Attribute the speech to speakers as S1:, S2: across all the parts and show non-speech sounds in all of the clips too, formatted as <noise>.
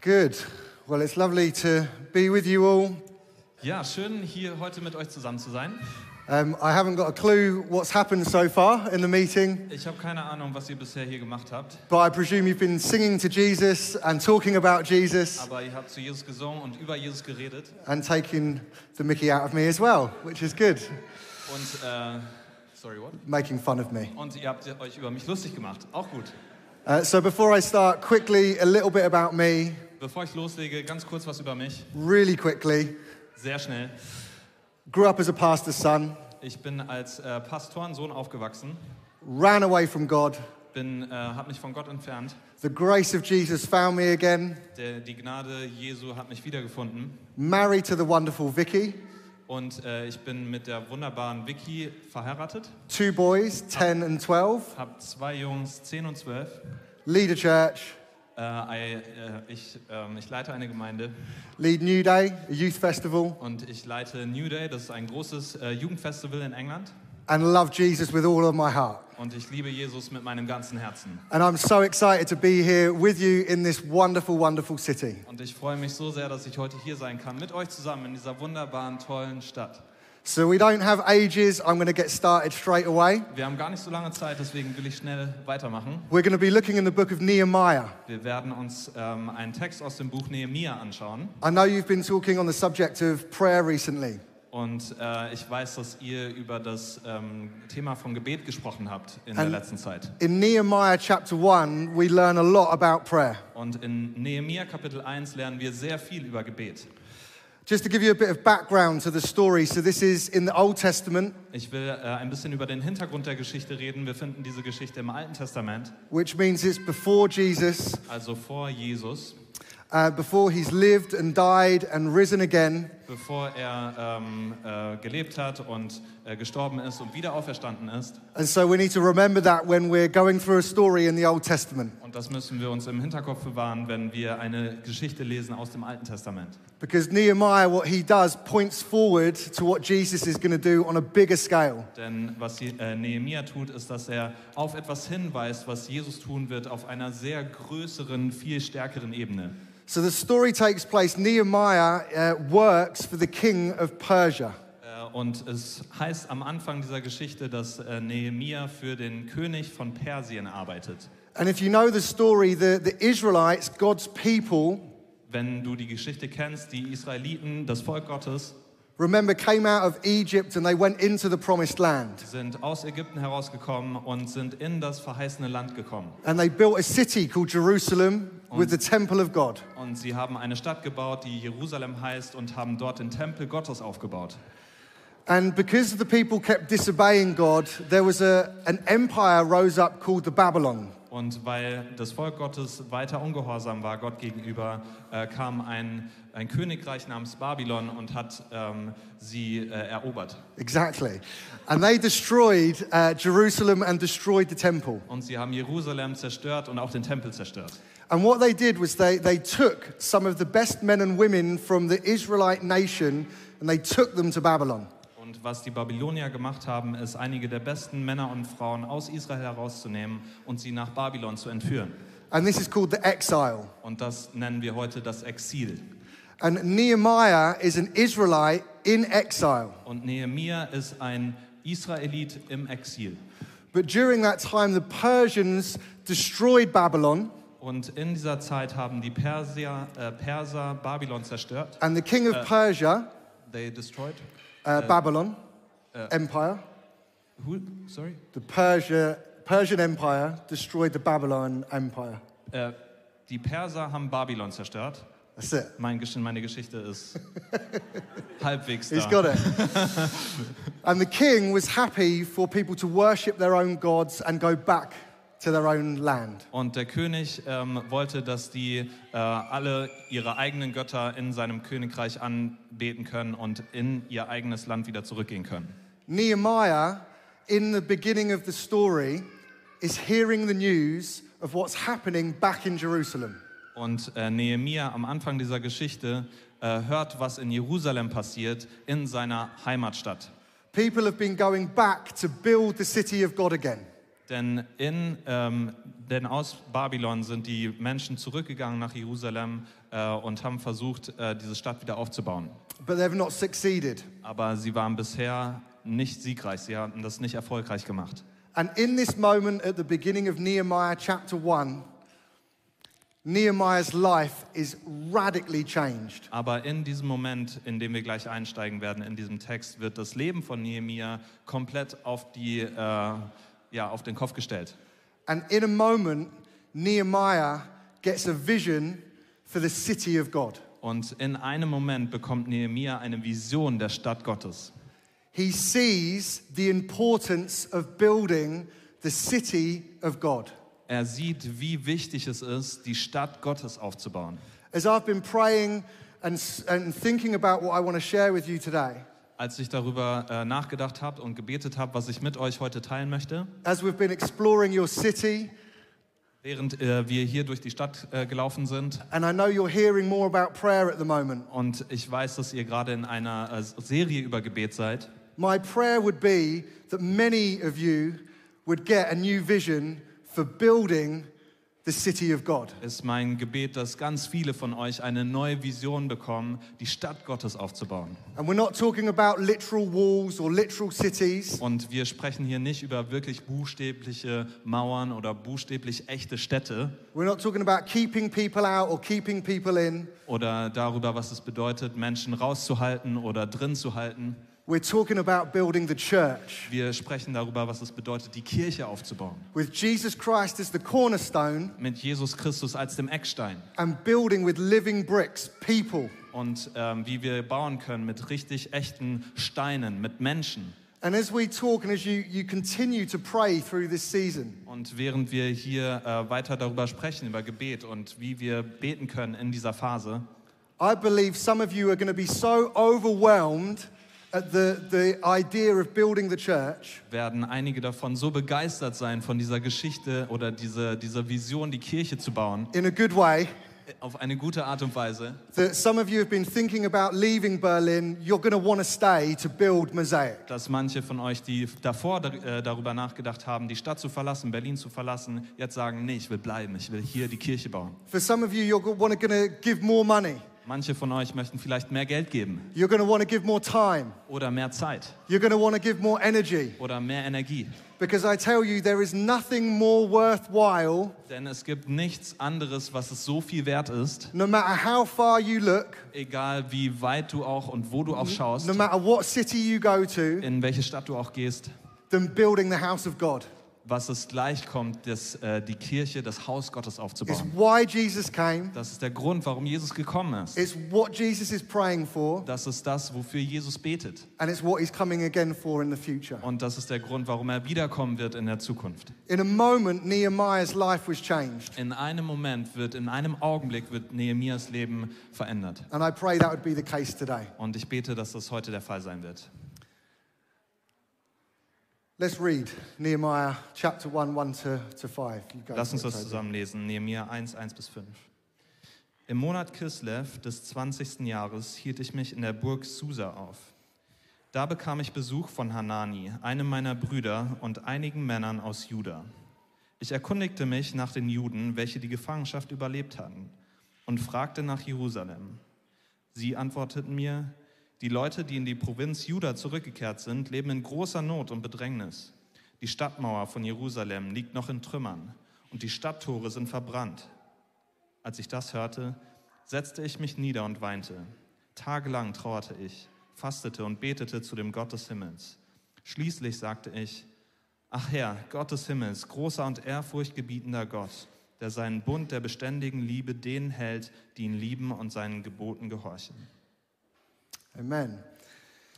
S1: Good. Well, it's lovely to be with you all.
S2: Ja, schön hier heute mit euch zusammen zu sein.
S1: Um, I haven't got a clue what's happened so far in the meeting,
S2: Ich habe keine Ahnung, was ihr bisher hier gemacht habt,
S1: but I presume you've been singing to Jesus and talking about Jesus
S2: aber ihr habt zu Jesus gesungen und über Jesus geredet
S1: and taking the mickey out of me as well, which is good.
S2: und äh, sorry what?
S1: Making fun of me.
S2: Und ihr habt euch über mich lustig gemacht, auch gut.
S1: Uh, so, before I start, quickly a little bit about me,
S2: Bevor ich loslege, ganz kurz was über mich,
S1: really quickly.
S2: sehr schnell.
S1: Grew up as a pastor's son,
S2: Ich bin als äh, Pastorensohn aufgewachsen,
S1: ran away from God.
S2: bin, äh, habe mich von Gott entfernt.
S1: The grace of Jesus found me again,
S2: Der, die Gnade Jesu hat mich wiedergefunden
S1: married to the wonderful Vicky.
S2: und äh, ich bin mit der wunderbaren Vicky verheiratet,
S1: two boys, 10 and 12,
S2: habe zwei Jungs, 10 und 12.
S1: lead a church,
S2: Äh, I, äh, ich, ähm, ich leite eine Gemeinde
S1: lead New Day, a youth festival,
S2: und ich leite New Day, das ist ein großes äh, Jugendfestival in England.
S1: and love Jesus with all of my heart.
S2: Und ich liebe Jesus mit meinem ganzen Herzen.
S1: And I'm so excited to be here with you in this wonderful, wonderful city.
S2: Und ich freue mich so sehr, dass ich heute hier sein kann, mit euch zusammen in dieser wunderbaren, tollen Stadt.
S1: So we don't have ages. I'm going to get started straight away.
S2: Wir haben gar nicht so lange Zeit, deswegen will ich schnell weitermachen.
S1: We're going to be looking in the book of Nehemiah.
S2: Wir werden uns ähm, einen Text aus dem Buch Nehemia anschauen.
S1: I know you've been talking on the subject of prayer recently.
S2: Und äh, ich weiß, dass ihr über das ähm, Thema von Gebet gesprochen habt in der
S1: Ein-
S2: letzten Zeit.
S1: In Nehemiah chapter 1, we learn a lot about prayer.
S2: Und in Nehemia Kapitel 1 lernen wir sehr viel über Gebet.
S1: Just to give you a bit of background to the story, so this is in the Old Testament,
S2: Ich will äh, ein bisschen über den Hintergrund der Geschichte reden. Wir finden diese Geschichte im Alten Testament,
S1: which means it's before Jesus.
S2: also vor Jesus,
S1: uh, before he's lived and died and risen again.
S2: bevor er ähm, äh, gelebt hat und äh, gestorben ist und wieder auferstanden ist.
S1: And so we need to remember that when we're going through a story in the Old Testament,
S2: Und das müssen wir uns im Hinterkopf bewahren, wenn wir eine Geschichte lesen aus dem Alten Testament.
S1: because Nehemiah, what he does, points forward to what Jesus is going to do on a bigger scale.
S2: Denn was Je- äh, Nehemia tut, ist, dass er auf etwas hinweist, was Jesus tun wird, auf einer sehr größeren, viel stärkeren Ebene.
S1: So the story takes place. Nehemiah uh, works for the king of Persia.
S2: Äh, Und es heißt am Anfang dieser Geschichte, dass äh, Nehemia für den König von Persien arbeitet.
S1: And if you know the story, the, the Israelites, God's people,
S2: Wenn du die Geschichte kennst, die Israeliten, das Volk Gottes,
S1: remember, came out of Egypt and they went into the promised land.
S2: sind aus Ägypten herausgekommen und sind in das verheißene Land gekommen.
S1: And they built a city called Jerusalem with the temple of God.
S2: Und sie haben eine Stadt gebaut, die Jerusalem heißt, und haben dort den Tempel Gottes aufgebaut.
S1: And because the people kept disobeying God, there was a, an empire rose up called the Babylon.
S2: Und weil das Volk Gottes weiter ungehorsam war Gott gegenüber, äh, kam ein, ein Königreich namens Babylon und hat ähm, sie äh, erobert.
S1: Exactly. And they destroyed uh, Jerusalem and destroyed the temple.
S2: Und sie haben Jerusalem zerstört und auch den Tempel zerstört.
S1: And what they did was they, they took some of the best men and women from the Israelite nation and they took them to Babylon.
S2: Und was die Babylonier gemacht haben, ist, einige der besten Männer und Frauen aus Israel herauszunehmen und sie nach Babylon zu entführen.
S1: And this is called the exile.
S2: Und das nennen wir heute das Exil.
S1: And Nehemiah is an Israelite in exile.
S2: Und Nehemia ist ein Israelit im Exil.
S1: But during that time, the Persians destroyed Babylon.
S2: Und in dieser Zeit haben die Persier, äh, Perser Babylon zerstört.
S1: And the king of Persia,
S2: They destroyed.
S1: uh, Babylon Empire,
S2: Who? Sorry.
S1: the Persia, Persian Empire destroyed the Babylon Empire.
S2: Äh, die Perser haben Babylon zerstört.
S1: That's it.
S2: Mein, Gesch- meine Geschichte ist <laughs> halbwegs da.
S1: He's got it. and the king was happy for people to worship their own gods and go back to their own land.
S2: Und der König ähm, wollte, dass die äh, alle ihre eigenen Götter in seinem Königreich anbeten können und in ihr eigenes Land wieder zurückgehen können.
S1: Nehemiah, in the beginning of the story, is hearing the news of what's happening back in Jerusalem.
S2: Und äh, Nehemia am Anfang dieser Geschichte äh, hört, was in Jerusalem passiert, in seiner Heimatstadt.
S1: People have been going back to build the city of God again.
S2: Denn, in, ähm, denn aus Babylon sind die Menschen zurückgegangen nach Jerusalem äh, und haben versucht, äh, diese Stadt wieder aufzubauen.
S1: but they've not succeeded.
S2: Aber sie waren bisher nicht siegreich, sie hatten das nicht erfolgreich gemacht.
S1: And in this moment at the beginning of Nehemiah chapter 1, Nehemiah's life is radically changed.
S2: Aber in diesem Moment, in dem wir gleich einsteigen werden, in diesem Text, wird das Leben von Nehemia komplett auf, die, äh, ja, auf den Kopf gestellt.
S1: And in a moment, Nehemiah gets a vision for the city of God.
S2: Und in einem Moment bekommt Nehemia eine Vision der Stadt Gottes.
S1: He sees the importance of building the city of God.
S2: Er sieht, wie wichtig es ist, die Stadt Gottes aufzubauen.
S1: As I've been praying and, s- and thinking about what I want to share with you today,
S2: Als ich darüber äh, nachgedacht habe und gebetet habe, was ich mit euch heute teilen möchte,
S1: as we've been exploring your city,
S2: während äh, wir hier durch die Stadt äh, gelaufen sind,
S1: and I know you're hearing more about prayer at the moment,
S2: und ich weiß, dass ihr gerade in einer äh, Serie über Gebet seid,
S1: My prayer would be that many of you would get a new vision for building the city of God.
S2: ist mein Gebet, dass ganz viele von euch eine neue Vision bekommen, die Stadt Gottes aufzubauen.
S1: And we're not talking about literal walls or literal cities,
S2: Und wir sprechen hier nicht über wirklich buchstäbliche Mauern oder buchstäblich echte Städte
S1: we're not talking about keeping people out or keeping people in.
S2: oder darüber, was es bedeutet, Menschen rauszuhalten oder drin zu halten.
S1: We're talking about building the church.
S2: Wir sprechen darüber, was es bedeutet, die Kirche aufzubauen.
S1: With Jesus Christ as the cornerstone
S2: Mit Jesus Christus als dem Eckstein.
S1: and building with living bricks, people.
S2: Und ähm, wie wir bauen können mit richtig echten Steinen, mit Menschen.
S1: And as we talk and as you, you continue to pray through this season,
S2: Und während wir hier äh, weiter darüber sprechen, über Gebet und wie wir beten können in dieser Phase,
S1: I believe some of you are going to be so overwhelmed at the, the idea of building the church
S2: werden einige davon so begeistert sein von dieser Geschichte oder diese, dieser Vision, die Kirche zu bauen,
S1: in a good way
S2: auf eine gute Art und Weise,
S1: that some of you have been thinking about leaving Berlin. You're going to want to stay to build Mosaic.
S2: dass manche von euch, die davor dar- äh, darüber nachgedacht haben, die Stadt zu verlassen, Berlin zu verlassen, jetzt sagen, nee, ich will bleiben, ich will hier die Kirche bauen.
S1: For some of you, you're going to give more money.
S2: Manche von euch möchten vielleicht mehr Geld geben
S1: You're going to want to give more time.
S2: oder mehr Zeit
S1: You're going to want to give more energy.
S2: oder mehr Energie.
S1: Because I tell you, there is nothing more worthwhile,
S2: Denn es gibt nichts anderes, was es so viel wert ist,
S1: no matter how far you look,
S2: egal wie weit du auch und wo du auch schaust,
S1: no matter what city you go to,
S2: in welche Stadt du auch gehst,
S1: than building the house of God.
S2: was es gleichkommt, das, äh, die Kirche, das Haus Gottes
S1: It's
S2: aufzubauen.
S1: why Jesus came.
S2: Das ist der Grund, warum Jesus gekommen ist.
S1: It's what Jesus is praying for,
S2: Das ist das, wofür Jesus betet.
S1: and it's what he's coming again for in the future.
S2: Und das ist der Grund, warum er wiederkommen wird in der Zukunft.
S1: In a moment, Nehemiah's life was changed,
S2: In einem Moment wird, in einem Augenblick wird Nehemias Leben verändert.
S1: and I pray that would be the case today.
S2: Und ich bete, dass das heute der Fall sein wird.
S1: Let's read Nehemiah chapter 1, 1 to, to 5. You go
S2: Lass uns
S1: for it,
S2: das
S1: Toby.
S2: zusammenlesen. Nehemiah 1, 1 bis 5. Im Monat Kislev des 20. Jahres hielt ich mich in der Burg Susa auf. Da bekam ich Besuch von Hanani, einem meiner Brüder und einigen Männern aus Juda. Ich erkundigte mich nach den Juden, welche die Gefangenschaft überlebt hatten, und fragte nach Jerusalem. Sie antworteten mir, die Leute, die in die Provinz Juda zurückgekehrt sind, leben in großer Not und Bedrängnis. Die Stadtmauer von Jerusalem liegt noch in Trümmern und die Stadttore sind verbrannt. Als ich das hörte, setzte ich mich nieder und weinte. Tagelang trauerte ich, fastete und betete zu dem Gott des Himmels. Schließlich sagte ich, Ach Herr, Gott des Himmels, großer und ehrfurchtgebietender Gott, der seinen Bund der beständigen Liebe denen hält, die ihn lieben und seinen Geboten gehorchen.
S1: Amen.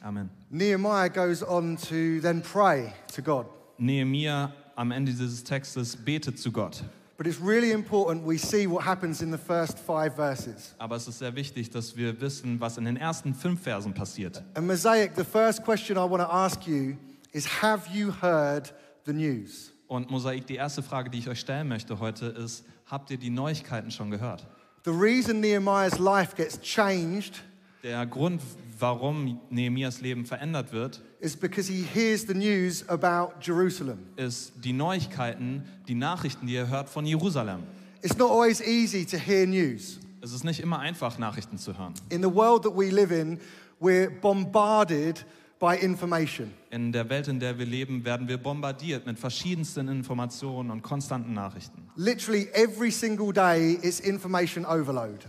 S2: Amen.
S1: Nehemiah goes on to then pray to God.
S2: Nehemia am Ende dieses Textes betet zu Gott.
S1: But it's really important we see what happens in the first five verses.
S2: Aber es ist sehr wichtig, dass wir wissen, was in den ersten fünf Versen passiert.
S1: And Mosaic, the first question I want to ask you is Have you heard the news?
S2: Und Mosaik, die erste Frage, die ich euch stellen möchte heute ist, habt ihr die Neuigkeiten schon gehört?
S1: The reason Nehemiah's life gets changed
S2: Der Grund, warum Nehemias Leben verändert wird,
S1: is because he hears the news about Jerusalem.
S2: ist die Neuigkeiten, die Nachrichten, die er hört von Jerusalem.
S1: It's not always easy to hear news.
S2: Es ist nicht immer einfach, Nachrichten zu hören.
S1: In the world that we live in, we're bombarded by information.
S2: In der Welt, in der wir leben, werden wir bombardiert mit verschiedensten Informationen und konstanten Nachrichten.
S1: Literally every single day, it's information overload.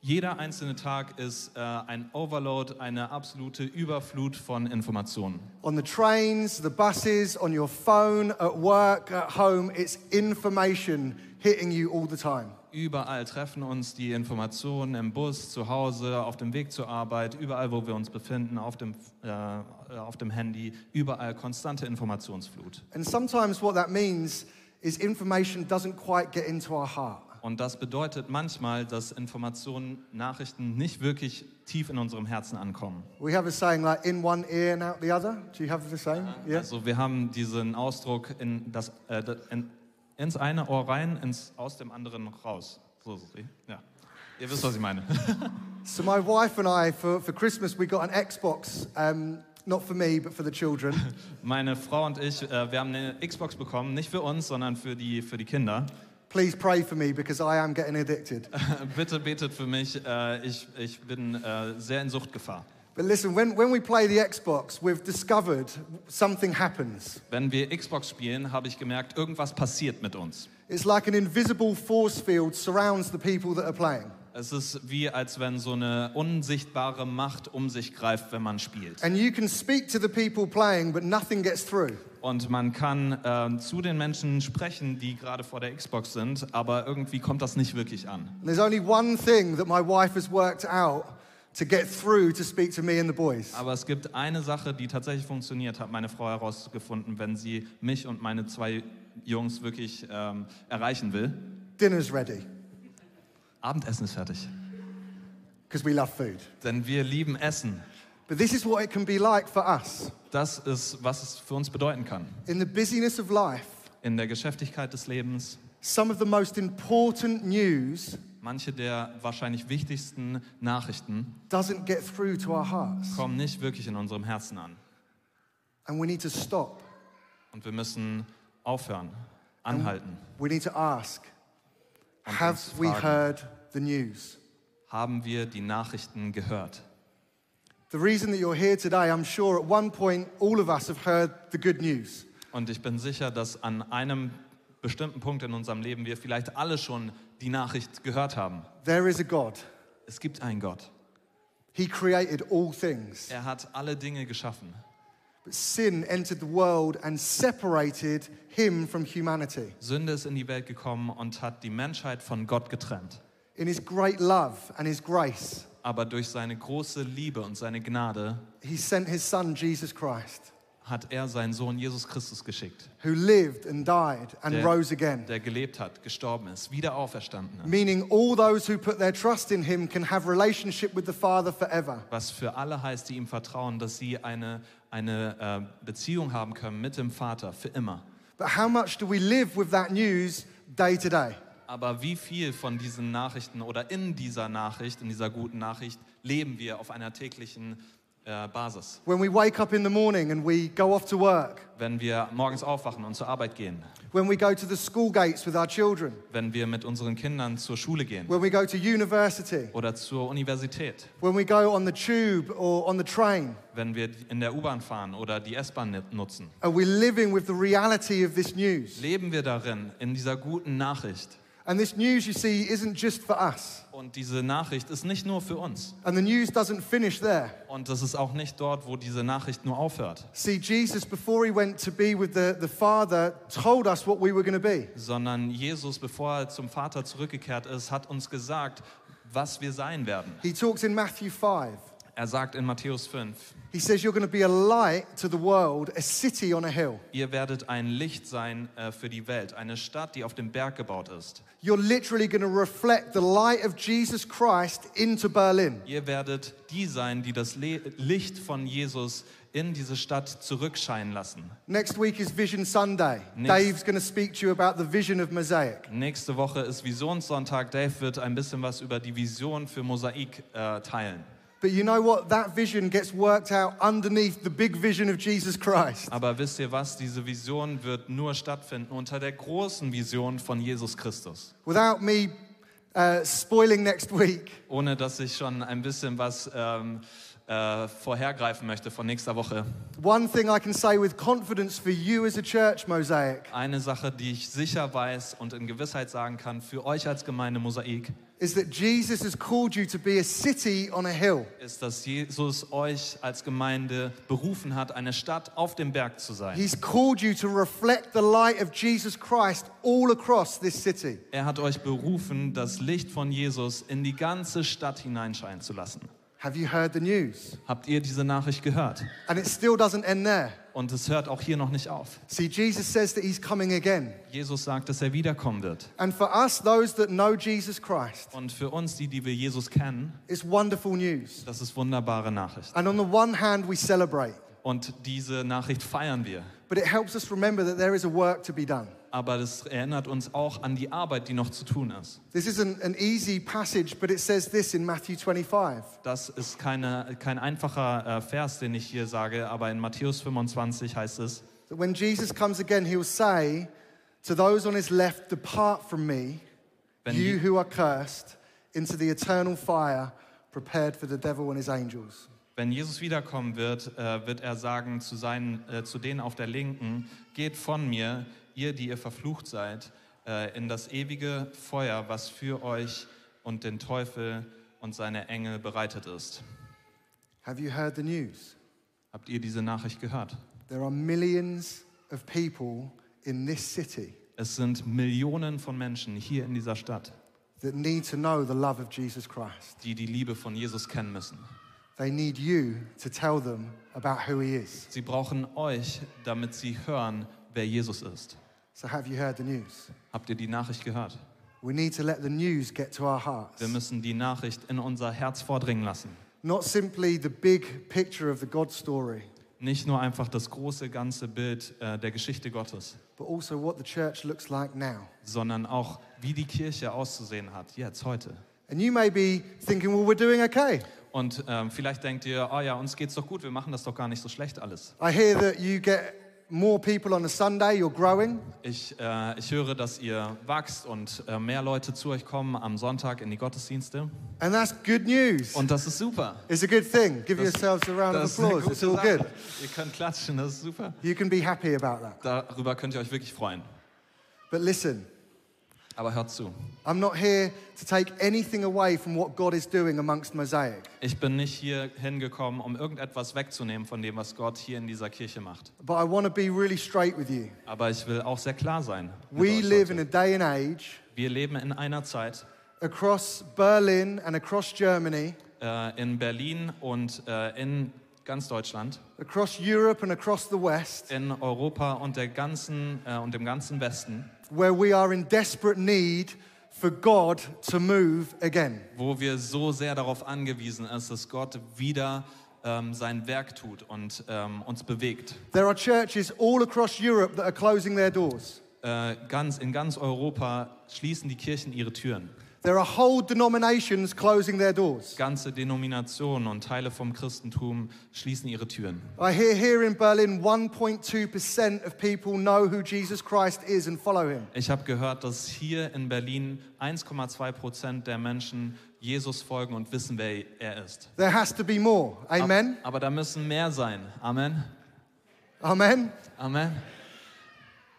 S2: Jeder einzelne Tag ist äh, ein Overload, eine absolute Überflut von Informationen.
S1: On the trains, the buses, on your phone, at work, at home, it's information hitting you all the time.
S2: Überall treffen uns die Informationen im Bus, zu Hause, auf dem Weg zur Arbeit, überall, wo wir uns befinden, auf dem, äh, auf dem Handy, überall konstante Informationsflut.
S1: And sometimes what that means is information doesn't quite get into our heart.
S2: Und das bedeutet manchmal, dass Informationen, Nachrichten nicht wirklich tief in unserem Herzen ankommen.
S1: We have a saying like in one ear and out the other. Do you have the same? Yes.
S2: Also wir haben diesen Ausdruck in das, äh, in, ins eine Ohr rein, ins, aus dem anderen raus. So, so, ja. Ihr wisst, was ich meine. <laughs>
S1: So my wife and I, for, for Christmas, we got an Xbox. Um, not for me, but for the children.
S2: Meine Frau und ich, äh, wir haben eine Xbox bekommen, nicht für uns, sondern für die, für die Kinder.
S1: Please pray for me because I am getting addicted.
S2: Bitte betet für mich, äh, ich, ich bin äh, sehr in Suchtgefahr.
S1: But listen, when, when we play the Xbox, we've discovered something happens.
S2: Wenn wir Xbox spielen, habe ich gemerkt, irgendwas passiert mit uns.
S1: It's like an invisible force field surrounds the people that are playing.
S2: Es ist wie, als wenn so eine unsichtbare Macht um sich greift, wenn man spielt.
S1: And you can speak to the people playing, but nothing gets through.
S2: Und man kann ähm, zu den Menschen sprechen, die gerade vor der Xbox sind, aber irgendwie kommt das nicht wirklich an.
S1: And there's only one thing that my wife has worked out to get through to speak to me and the boys.
S2: Aber es gibt eine Sache, die tatsächlich funktioniert, hat meine Frau herausgefunden, wenn sie mich und meine zwei Jungs wirklich ähm, erreichen will.
S1: Dinner's ready
S2: Abendessen ist fertig.
S1: because we love food.
S2: Denn wir lieben Essen.
S1: But this is what it can be like for us.
S2: Das ist, was es für uns bedeuten kann.
S1: In the busyness of life,
S2: In der Geschäftigkeit des Lebens,
S1: some of the most important news
S2: manche der wahrscheinlich wichtigsten Nachrichten
S1: doesn't get through to our hearts.
S2: kommen nicht wirklich in unserem Herzen an.
S1: And we need to stop.
S2: Und wir müssen aufhören, anhalten.
S1: We need to ask
S2: Und
S1: Have
S2: uns
S1: we
S2: fragen,
S1: heard the news?
S2: Haben wir die Nachrichten gehört?
S1: The reason that you're here today, I'm sure at one point all of us have heard the good news.
S2: Und ich bin sicher, dass an einem bestimmten Punkt in unserem Leben wir vielleicht alle schon die Nachricht gehört haben.
S1: There is a God,
S2: Es gibt einen Gott.
S1: He created all things.
S2: Er hat alle Dinge geschaffen.
S1: But sin entered the world and separated Him from humanity.
S2: Sünde ist in die Welt gekommen und hat die Menschheit von Gott getrennt.
S1: In His great love and His grace,
S2: Aber durch seine große Liebe und seine Gnade
S1: He sent His Son, Jesus Christ,
S2: hat er seinen Sohn Jesus Christus geschickt,
S1: who lived and died and
S2: Yeah.
S1: rose again.
S2: der gelebt hat, gestorben ist, wieder auferstanden ist.
S1: Meaning, all those who put their trust in Him can have relationship with the Father forever.
S2: Was für alle heißt, die ihm vertrauen, dass sie eine, eine äh, Beziehung haben können mit dem Vater für immer.
S1: But how much do we live with that news day to day?
S2: Aber wie viel von diesen Nachrichten oder in dieser Nachricht, in dieser guten Nachricht, leben wir auf einer täglichen äh, Basis?
S1: When we wake up in the morning and we go off to work,
S2: Wenn wir morgens aufwachen und zur Arbeit gehen,
S1: when we go to the school gates with our children,
S2: wenn wir mit unseren Kindern zur Schule gehen
S1: when we go to university,
S2: oder zur Universität,
S1: when we go on the tube or on the train,
S2: wenn wir in der U-Bahn fahren oder die S-Bahn nit- nutzen,
S1: are we living with the reality of this news?
S2: leben wir darin, in dieser guten Nachricht.
S1: And this news, you see, isn't just for us.
S2: Und diese Nachricht ist nicht nur für uns.
S1: And the news doesn't finish there.
S2: Und das ist auch nicht dort, wo diese Nachricht nur aufhört,
S1: See, Jesus, before he went to be with the, the Father, told us what we were going to be.
S2: sondern Jesus, bevor er zum Vater zurückgekehrt ist, hat uns gesagt, was wir sein werden.
S1: He talks in Matthew 5.
S2: Er sagt in Matthäus 5,
S1: He says, You're going to be a light to the world, a city on a hill.
S2: ihr werdet ein Licht sein äh, für die Welt, eine Stadt, die auf dem Berg gebaut ist.
S1: You're literally going to reflect the light of Jesus Christ into Berlin.
S2: Ihr werdet die sein, die das Le Licht von Jesus in diese Stadt zurückscheinen lassen.
S1: Next week is Vision Sunday.
S2: Next-
S1: Dave's going to speak to you about the vision of Mosaic.
S2: Nächste Woche ist Visionssonntag. Dave wird ein bisschen was über die Vision für Mosaik äh, teilen.
S1: But you know what? That vision gets worked out underneath the big vision of Jesus Christ.
S2: Aber wisst ihr was? Diese Vision wird nur stattfinden unter der großen Vision von Jesus Christus.
S1: Without me uh, spoiling next <laughs> week,
S2: Ohne dass ich schon ein bisschen was ähm, äh, vorhergreifen möchte von nächster Woche.
S1: one thing I can say with confidence for you as a church, Mosaic,
S2: Eine Sache, die ich sicher weiß und in Gewissheit sagen kann für euch als Gemeinde Mosaik,
S1: is that Jesus has called you to be a city on a hill.
S2: ist, dass Jesus euch als Gemeinde berufen hat, eine Stadt auf dem Berg zu sein.
S1: He's called you to reflect the light of Jesus Christ all across this city.
S2: Er hat euch berufen, das Licht von Jesus in die ganze Stadt hineinscheinen zu lassen.
S1: Have you heard the news?
S2: Habt ihr diese Nachricht gehört?
S1: And it still doesn't end there.
S2: Und es hört auch hier noch nicht auf.
S1: See, Jesus says that he's coming again.
S2: Jesus sagt, dass er wiederkommen wird.
S1: And for us, those that know Jesus Christ,
S2: Und für uns, die, die wir Jesus kennen,
S1: it's wonderful news.
S2: das ist wunderbare Nachricht.
S1: And on the one hand, we celebrate,
S2: Und diese Nachricht feiern wir.
S1: but it helps us remember that there is a work to be done.
S2: Aber das erinnert uns auch an die Arbeit, die noch zu tun ist.
S1: This isn't an easy passage, but it says this in Matthew 25.
S2: Das ist keine, kein einfacher äh, Vers, den ich hier sage, aber in Matthäus 25 heißt es,
S1: That when Jesus comes again, he'll say to those on his left, Depart from me,
S2: Wenn
S1: you
S2: die,
S1: who are cursed, into the eternal fire prepared for the devil and his angels.
S2: wenn Jesus wiederkommen wird, äh, wird er sagen zu, seinen, äh, zu denen auf der Linken, geht von mir, ihr, die ihr verflucht seid, äh, in das ewige Feuer, was für euch und den Teufel und seine Engel bereitet ist.
S1: Have you heard the news?
S2: Habt ihr diese Nachricht gehört?
S1: There are millions of people in this city
S2: Es sind Millionen von Menschen hier in dieser Stadt,
S1: that need to know the love of Jesus Christ.
S2: die die Liebe von Jesus kennen müssen.
S1: They need you to tell them about who he is.
S2: Sie brauchen euch, damit sie hören, wer Jesus ist.
S1: So, have you heard the news?
S2: Habt ihr die Nachricht gehört?
S1: We need to let the news get to our hearts.
S2: Wir müssen die Nachricht in unser Herz vordringen lassen.
S1: Not simply the big picture of the God story,
S2: Nicht nur einfach das große ganze Bild äh, der Geschichte Gottes,
S1: but also what the church looks like now.
S2: sondern auch, wie die Kirche auszusehen hat, jetzt, heute.
S1: And you may be thinking, well, we're doing okay.
S2: Und ähm, vielleicht denkt ihr, oh ja, uns geht's doch gut, wir machen das doch gar nicht so schlecht alles.
S1: I hear that you get more people on a Sunday, you're growing.
S2: Ich, äh, ich höre, dass ihr wachst und äh, mehr Leute zu euch kommen am Sonntag in die Gottesdienste.
S1: And that's good news.
S2: Und das ist super.
S1: It's a good thing. Give
S2: Das-
S1: yourselves a round of
S2: Das ist eine
S1: applause.
S2: gute
S1: It's all
S2: Sache.
S1: good.
S2: Ihr könnt klatschen, das ist super.
S1: You can be happy about that.
S2: Darüber könnt ihr euch wirklich freuen.
S1: But listen,
S2: Aber hört zu.
S1: I'm not here to take anything away from what God is doing amongst Mosaic.
S2: Ich bin nicht hier hingekommen, um irgendetwas wegzunehmen von dem, was Gott hier in dieser Kirche macht.
S1: But I want to be really straight with you.
S2: Aber ich will auch sehr klar sein. mit
S1: We
S2: euch
S1: live in
S2: heute.
S1: a day and age
S2: Wir leben in einer Zeit
S1: across Berlin and across Germany,
S2: äh, in Berlin und äh, in ganz Deutschland,
S1: across Europe and across the West,
S2: in Europa und, der ganzen, äh, und dem ganzen Westen,
S1: where we are in desperate need for God to move again.
S2: wo wir so sehr darauf angewiesen ist, dass Gott wieder ähm, sein Werk tut und ähm, uns bewegt.
S1: There are churches all across Europe that are closing their doors.
S2: Äh, ganz, in ganz Europa schließen die Kirchen ihre Türen.
S1: There are whole denominations closing their doors.
S2: Ganze Denominationen und Teile vom Christentum schließen ihre Türen.
S1: I hear here in Berlin 1.2% of people know who Jesus Christ is and follow him.
S2: Ich habe gehört, dass hier in Berlin 1,2 Prozent der Menschen Jesus folgen und wissen, wer er ist.
S1: There has to be more. Amen?
S2: Aber da müssen mehr sein. Amen.
S1: Amen?
S2: Amen.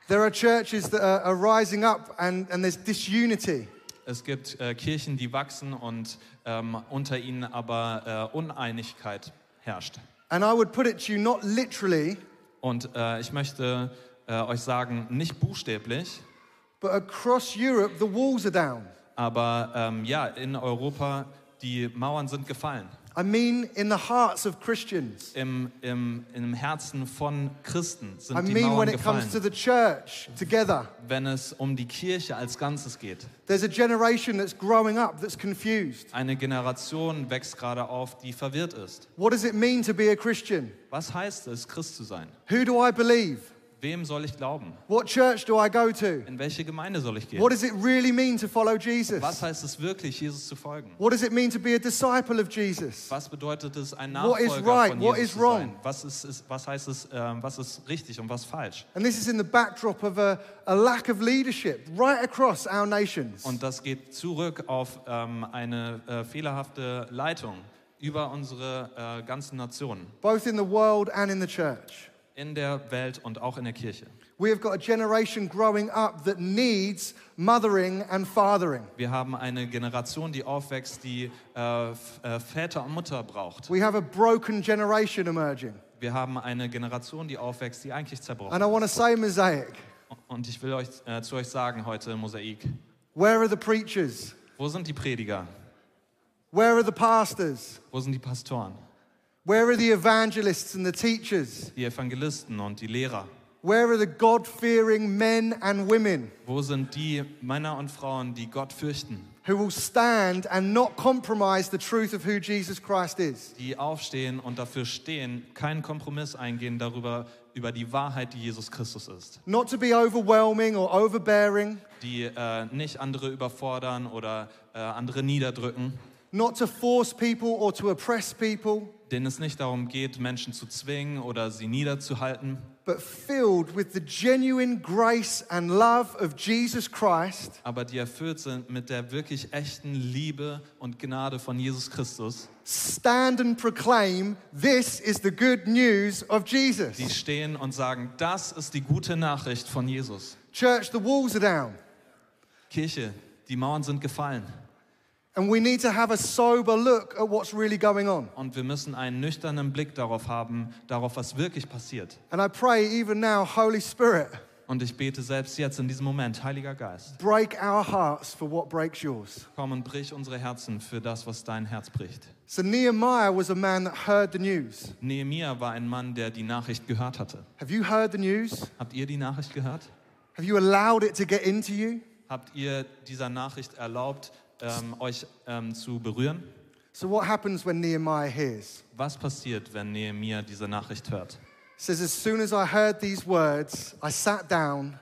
S1: There are churches that are, are rising up and, and there's disunity.
S2: Es gibt äh, Kirchen, die wachsen und ähm, unter ihnen aber äh, Uneinigkeit herrscht.
S1: And I would put it to you not literally,
S2: Und äh, ich möchte äh, euch sagen, nicht buchstäblich,
S1: but across Europe, the walls are down.
S2: aber ähm, ja, in Europa, die Mauern sind gefallen.
S1: I mean, in the hearts of Christians.
S2: Im, im, im Herzen von Christen sind
S1: I
S2: die
S1: mean, when
S2: Mauern
S1: it comes to
S2: gefallen,
S1: the church together.
S2: wenn es um die Kirche als Ganzes geht.
S1: There's a generation that's growing up that's confused.
S2: Eine Generation wächst gerade auf, die verwirrt ist.
S1: What does it mean to be a Christian?
S2: Was heißt es, Christ zu sein?
S1: Who do I believe?
S2: Wem soll ich glauben?
S1: What church do I go to?
S2: In welche Gemeinde soll ich gehen?
S1: What does it really mean to follow Jesus?
S2: Was heißt es wirklich, Jesus zu folgen?
S1: What does it mean to be a disciple of Jesus?
S2: Was bedeutet es, ein
S1: What is
S2: Nachfolger
S1: right?
S2: von
S1: What
S2: Jesus
S1: is
S2: zu
S1: wrong?
S2: sein? Was, ist, ist, was heißt es, ähm, was ist richtig und was falsch?
S1: And this is in the backdrop of a, a lack of leadership right across our nations.
S2: Und das geht zurück auf ähm, eine äh, fehlerhafte Leitung über unsere äh, ganzen Nationen
S1: both in the world and in the church.
S2: in der Welt und auch in der Kirche.
S1: We have got a generation growing up that needs mothering and fathering.
S2: Wir haben eine Generation, die aufwächst, die äh, F- äh, Väter und Mutter braucht.
S1: We have a broken generation emerging.
S2: Wir haben eine Generation, die aufwächst, die eigentlich zerbrochen
S1: And I want to say, Mosaic,
S2: ist. Und ich will euch, äh, zu euch sagen heute, Mosaik,
S1: where are the preachers?
S2: wo sind die Prediger?
S1: Where are the pastors?
S2: Wo sind die Pastoren?
S1: Where are the evangelists and the teachers?
S2: Die Evangelisten und die Lehrer?
S1: Where are the God fearing men and women
S2: Wo sind die Männer und Frauen, die Gott fürchten?
S1: who will stand and not compromise the truth of who Jesus Christ is?
S2: die aufstehen und dafür stehen, keinen Kompromiss eingehen darüber, über die Wahrheit, die Jesus Christus ist.
S1: Not to be overwhelming or overbearing,
S2: Die äh, nicht andere überfordern oder äh, andere niederdrücken,
S1: not to force people or to oppress people.
S2: denen es nicht darum geht, Menschen zu zwingen oder sie niederzuhalten,
S1: but filled with the genuine grace and love of Jesus Christ,
S2: aber die erfüllt sind mit der wirklich echten Liebe und Gnade von Jesus Christus.
S1: stand and proclaim this is the good news of
S2: Die
S1: Jesus.
S2: stehen und sagen, das ist die gute Nachricht von Jesus.
S1: Church, the walls are down,
S2: Kirche, die Mauern sind gefallen
S1: and we need to have a sober look at what's really going on.
S2: und wir müssen einen nüchternen Blick darauf haben, darauf, was wirklich passiert.
S1: And I pray even now, Holy Spirit,
S2: Und ich bete selbst jetzt in diesem Moment, Heiliger Geist,
S1: break our hearts for what breaks yours.
S2: komm und brich unsere Herzen für das, was dein Herz bricht.
S1: So, Nehemiah was a man that heard the news.
S2: Nehemia war ein Mann, der die Nachricht gehört hatte.
S1: Have you heard the news?
S2: Habt ihr die Nachricht gehört?
S1: Have you allowed it to get into you?
S2: Habt ihr dieser Nachricht erlaubt, ähm, euch ähm, zu berühren?
S1: So, what happens when Nehemiah hears?
S2: Was passiert, wenn Nehemia diese Nachricht hört?
S1: says, As soon as I heard these words, I sat down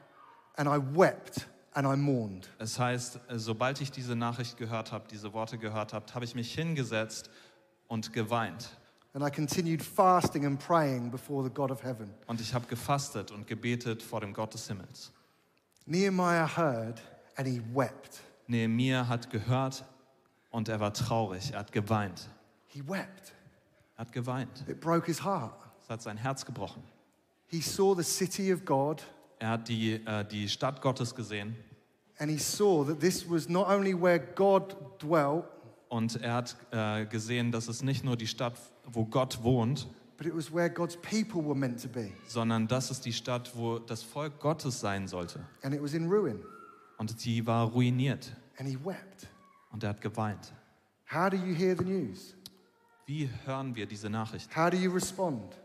S1: and I wept and I mourned.
S2: Es heißt, äh, sobald ich diese Nachricht gehört habe, diese Worte gehört habe, habe ich mich hingesetzt und geweint.
S1: And I continued fasting and praying before the God of heaven.
S2: Und ich habe gefastet und gebetet vor dem Gott des Himmels.
S1: Nehemiah heard and he wept.
S2: Nehemia hat gehört und er war traurig. Er hat geweint.
S1: He wept.
S2: Er hat geweint.
S1: It broke his heart.
S2: Es hat sein Herz gebrochen.
S1: He saw the city of God
S2: Er hat die, äh, die Stadt Gottes gesehen
S1: and he saw that this was not only where God dwelt,
S2: und er hat äh, gesehen, dass es nicht nur die Stadt, wo Gott wohnt,
S1: but it was where God's people were meant to be.
S2: sondern das ist die Stadt, wo das Volk Gottes sein sollte.
S1: And it was in ruin.
S2: Und die war ruiniert
S1: And he wept.
S2: und er hat geweint.
S1: How do you hear the news?
S2: Wie hören wir diese Nachricht?
S1: How do you respond?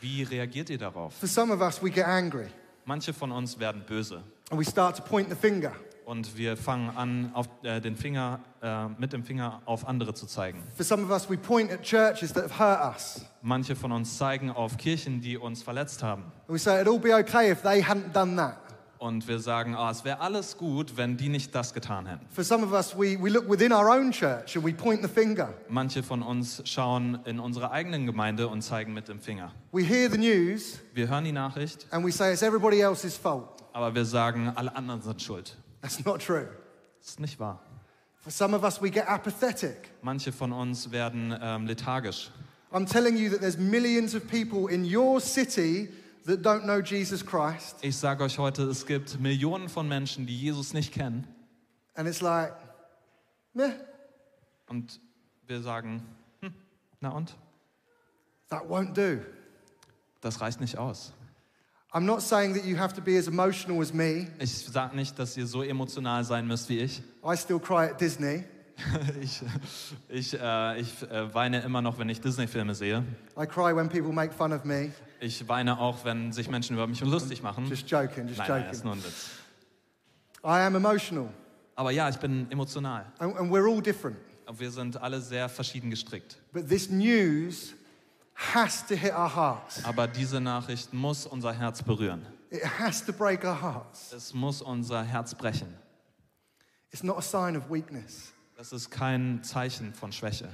S2: Wie reagiert ihr darauf?
S1: For some of us, we get angry.
S2: Manche von uns werden böse
S1: and we start to point the finger.
S2: und wir fangen an, auf, äh, den Finger, äh, mit dem Finger auf andere zu zeigen.
S1: For some of us, we point at churches that have hurt us.
S2: Manche von uns zeigen auf Kirchen, die uns verletzt haben.
S1: And we say, it'd all be okay if they hadn't done that.
S2: Und wir sagen, ah, es wäre alles gut, wenn die nicht das getan hätten.
S1: For some of us, we, we look within our own church and we point the finger.
S2: Manche von uns schauen in unsere eigenen Gemeinde und zeigen mit dem Finger.
S1: We hear the news
S2: Wir hören die Nachricht,
S1: and we say, it's everybody else's fault.
S2: aber wir sagen, alle anderen sind schuld.
S1: That's not true.
S2: Das ist nicht wahr.
S1: For some of us, we get apathetic.
S2: Manche von uns werden ähm, lethargisch.
S1: I'm telling you that there's millions of people in your city that don't know Jesus Christ.
S2: Ich sage euch heute, es gibt Millionen von Menschen, die Jesus nicht kennen.
S1: And it's like, meh,
S2: Und wir sagen, hm, na und?
S1: that won't do.
S2: Das reicht nicht aus.
S1: I'm not saying that you have to be as emotional as me.
S2: Ich sage nicht, dass ihr so emotional sein müsst wie ich.
S1: I still cry at Disney.
S2: Ich, ich, äh, ich äh, weine immer noch, wenn ich Disney-Filme sehe.
S1: I cry when people make fun of me.
S2: Ich weine auch, wenn sich Menschen über mich lustig machen.
S1: Just joking, just
S2: Nein, nein, das
S1: joking.
S2: ist nur ein Witz.
S1: I am emotional,
S2: Aber ja, ich bin emotional.
S1: and, and we're all different.
S2: Wir sind alle sehr verschieden gestrickt.
S1: But this news has to hit our hearts.
S2: Aber diese Nachricht muss unser Herz berühren.
S1: It has to break our hearts.
S2: Es muss unser Herz brechen.
S1: It's not a sign of weakness.
S2: Das ist kein Zeichen von Schwäche.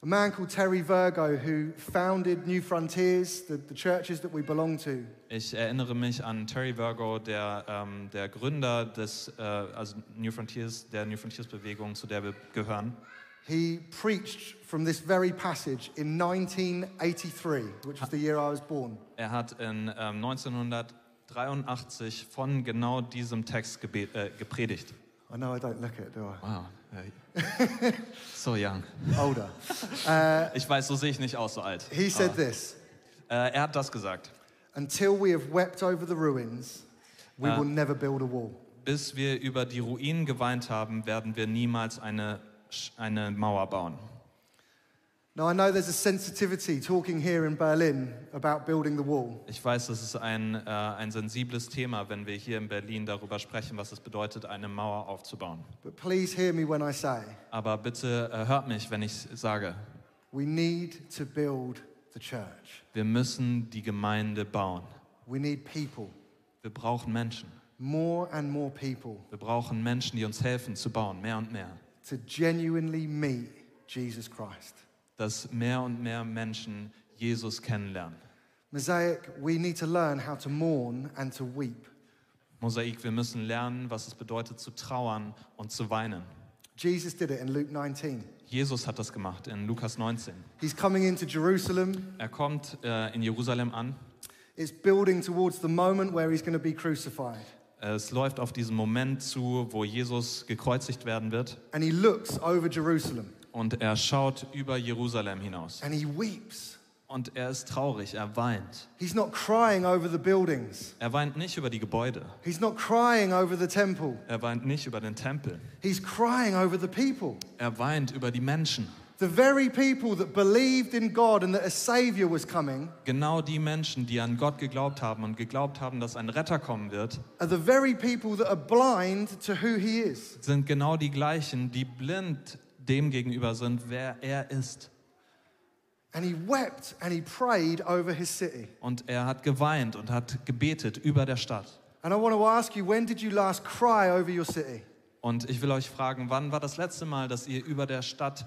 S1: A man called Terry Virgo, who founded New Frontiers, the, the churches that we belong to,
S2: Ich erinnere mich an Terry Virgo, der, ähm, der Gründer des, äh, also New Frontiers, der New Frontiers-Bewegung, zu der wir gehören.
S1: he preached from this very passage in 1983, which was the year I was born.
S2: Er hat in ähm, 1983 von genau diesem Text gebe- äh, gepredigt.
S1: I know I don't look it, do
S2: Wow. <laughs> So young.
S1: I? Older. Uh,
S2: Ich weiß, so sehe ich nicht aus, so alt.
S1: He said this
S2: Äh, er hat das gesagt.
S1: Until we have wept over the ruins, we
S2: Ah.
S1: will never build a wall.
S2: Bis wir über die Ruinen geweint haben, werden wir niemals eine, Sch- eine Mauer bauen.
S1: Now, I know there's a sensitivity talking here in Berlin about building the wall,
S2: Ich weiß, das ist ein, äh, ein sensibles Thema, wenn wir hier in Berlin darüber sprechen, was es bedeutet, eine Mauer aufzubauen.
S1: but please hear me when I say
S2: Aber bitte äh, hört mich, wenn ich sage,
S1: we need to build the church.
S2: wir müssen die Gemeinde bauen.
S1: We need people,
S2: Wir brauchen Menschen.
S1: more and more people,
S2: Wir brauchen Menschen, die uns helfen zu bauen, mehr und mehr.
S1: to genuinely meet Jesus Christ.
S2: Dass mehr und mehr Menschen Jesus kennenlernen.
S1: Mosaic, we need to learn how to mourn and to weep.
S2: Mosaik, wir müssen lernen, was es bedeutet, zu trauern und zu weinen.
S1: Jesus did it in Luke 19.
S2: Jesus hat das gemacht in Lukas 19.
S1: He's coming into Jerusalem.
S2: Er kommt äh, in Jerusalem an.
S1: It's building towards the moment where he's going to be crucified.
S2: Es läuft auf diesen Moment zu, wo Jesus gekreuzigt werden wird.
S1: And he looks over Jerusalem
S2: Und er schaut über Jerusalem hinaus.
S1: and he weeps.
S2: Und er ist traurig, er weint.
S1: He's not crying over the buildings.
S2: Er weint nicht über die Gebäude.
S1: He's not crying over the temple.
S2: Er weint nicht über den Tempel.
S1: He's crying over the people.
S2: Er weint über die Menschen.
S1: The very people that believed in God and that a Savior was coming
S2: Genau die Menschen, die an Gott geglaubt haben und geglaubt haben, dass ein Retter kommen wird,
S1: are the very people that are blind to who He is.
S2: sind genau die gleichen, die blind dem gegenüber sind, wer er ist.
S1: And He wept and He prayed over His city.
S2: Und er hat geweint und hat gebetet über der Stadt.
S1: And I want to ask you, when did you last cry over your city?
S2: Und ich will euch fragen, wann war das letzte Mal, dass ihr über der Stadt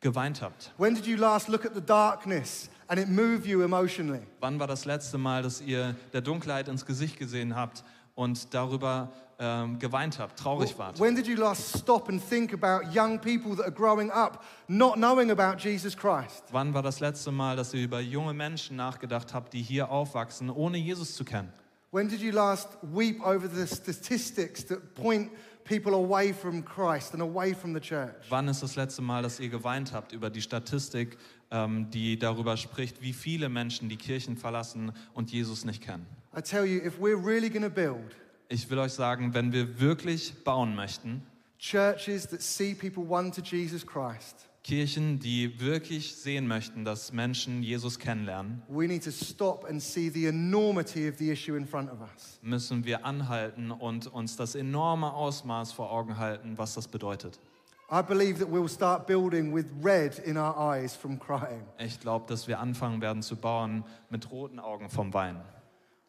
S2: geweint habt?
S1: When did you last look at the darkness and it move you emotionally?
S2: Wann war das letzte Mal, dass ihr der Dunkelheit ins Gesicht gesehen habt und darüber ähm, geweint habt, traurig wart?
S1: When did you last stop and think about young people that are growing up not knowing about Jesus Christ?
S2: Wann war das letzte Mal, dass ihr über junge Menschen nachgedacht habt, die hier aufwachsen, ohne Jesus zu kennen?
S1: When did you last weep over the statistics that point people away from Christ and away from the church?
S2: Wann ist das letzte Mal, dass ihr geweint habt über die Statistik, ähm, die darüber spricht, wie viele Menschen die Kirchen verlassen und Jesus nicht kennen?
S1: I tell you, if we're really going to build
S2: Ich will euch sagen, wenn wir wirklich bauen möchten,
S1: churches that see people one to Jesus Christ,
S2: Kirchen, die wirklich sehen möchten, dass Menschen Jesus kennenlernen,
S1: we need to stop and see the enormity of the issue in front of us.
S2: müssen wir anhalten und uns das enorme Ausmaß vor Augen halten, was das bedeutet.
S1: I believe that we'll start building with red in our eyes from crying.
S2: Ich glaube, dass wir anfangen werden zu bauen mit roten Augen vom Wein.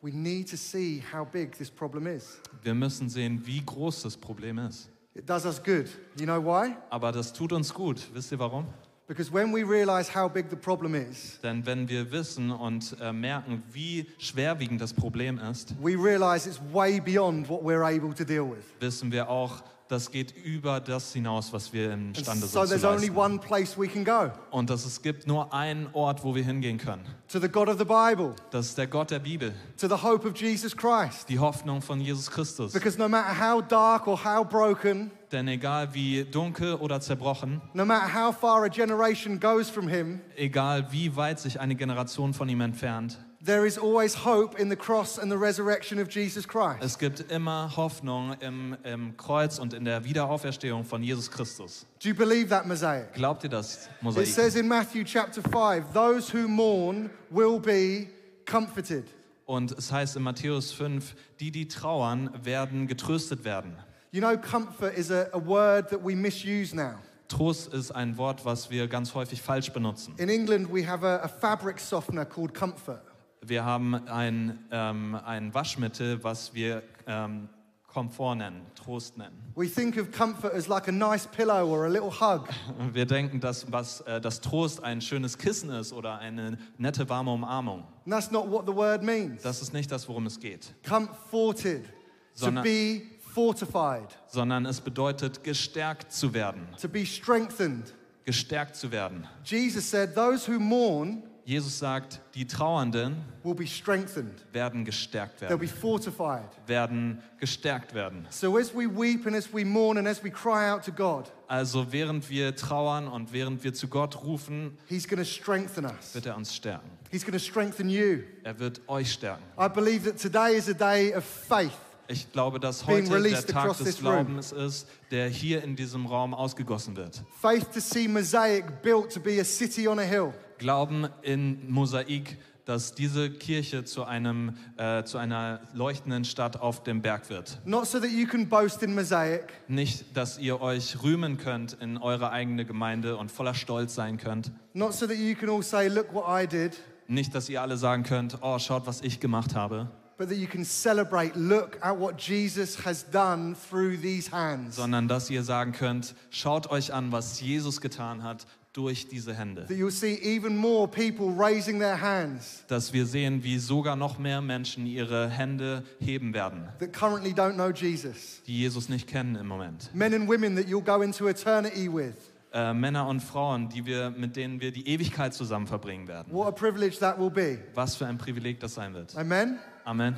S1: We need to see how big this problem is.
S2: Wir müssen sehen, wie groß das Problem ist.
S1: It does us good. You know why?
S2: Aber das tut uns gut. Wisst ihr warum?
S1: Because when we realize how big the problem is,
S2: Denn wenn wir wissen und äh, merken, wie schwerwiegend das Problem ist,
S1: we realize it's way beyond what we're able to deal with.
S2: wissen wir auch, das geht über das hinaus, was wir
S1: And
S2: imstande
S1: so
S2: sind zu
S1: there's only
S2: leisten.
S1: one place we can go
S2: Und dass es gibt nur einen Ort, wo wir hingehen können.
S1: to the God of the Bible,
S2: Das ist der Gott der Bibel,
S1: to the hope of Jesus Christ.
S2: die Hoffnung von Jesus Christus.
S1: Because no matter how dark or how broken,
S2: Denn egal wie dunkel oder zerbrochen,
S1: no matter how far a generation goes from Him,
S2: egal wie weit sich eine Generation von ihm entfernt,
S1: there is always hope in the cross and the resurrection of Jesus Christ.
S2: es gibt immer Hoffnung im, im Kreuz und in der Wiederauferstehung von Jesus Christus.
S1: Do you believe that, Mosaic?
S2: Glaubt ihr das,
S1: It
S2: Mosaik?
S1: says in Matthew chapter 5 those who mourn will be comforted.
S2: Und es heißt in Matthäus 5, die, die trauern, werden getröstet werden.
S1: You know, comfort is a, a word that we misuse now.
S2: Trost ist ein Wort, was wir ganz häufig falsch benutzen.
S1: In England, we have a, a fabric softener called comfort.
S2: Wir haben ein, ähm, ein Waschmittel, was wir ähm, Komfort nennen, Trost nennen. <laughs>
S1: We think of comfort as like a nice pillow or a little hug,
S2: Und Wir denken, dass, was, äh, dass Trost ein schönes Kissen ist oder eine nette warme Umarmung.
S1: and that's not what the word means.
S2: Das ist nicht das, worum es geht,
S1: Comforted, to
S2: Sondern-
S1: be fortified,
S2: sondern es bedeutet, gestärkt zu werden.
S1: to be strengthened.
S2: Gestärkt zu werden.
S1: Jesus said, Those who mourn
S2: Jesus sagt, die Trauernden
S1: will be strengthened,
S2: werden gestärkt
S1: they'll be
S2: werden.
S1: fortified.
S2: Werden gestärkt werden.
S1: So as we weep and as we mourn and as we cry out to God,
S2: Also während wir trauern und während wir zu Gott rufen,
S1: He's going to strengthen us.
S2: wird er uns stärken.
S1: He's going to strengthen you.
S2: Er wird euch stärken.
S1: I believe that today is a day of faith.
S2: Ich glaube, dass
S1: Being
S2: heute der
S1: released
S2: Tag
S1: across
S2: des
S1: this room.
S2: Glaubens ist, der hier in diesem Raum ausgegossen wird.
S1: Faith to see Mosaic built to be a city on a hill.
S2: Glauben in Mosaik, dass diese Kirche zu, einem, äh, zu einer leuchtenden Stadt auf dem Berg wird.
S1: Not so that you can boast in Mosaic,
S2: Nicht, dass ihr euch rühmen könnt in eure eigene Gemeinde und voller Stolz sein könnt.
S1: not so that you can all say, Look what I did,
S2: Nicht, dass ihr alle sagen könnt, oh, schaut, was ich gemacht habe.
S1: but that you can celebrate, Look at what Jesus has done through these hands.
S2: sondern dass ihr sagen könnt, schaut euch an, was Jesus getan hat durch diese Hände.
S1: That you'll see even more people raising their hands
S2: Dass wir sehen, wie sogar noch mehr Menschen ihre Hände heben werden,
S1: that currently don't know Jesus.
S2: die Jesus nicht kennen im Moment.
S1: Men and women that you'll go into eternity with.
S2: Äh, Männer und Frauen, die wir, mit denen wir die Ewigkeit zusammen verbringen werden.
S1: What a privilege that will be.
S2: Was für ein Privileg das sein wird.
S1: Amen.
S2: Amen.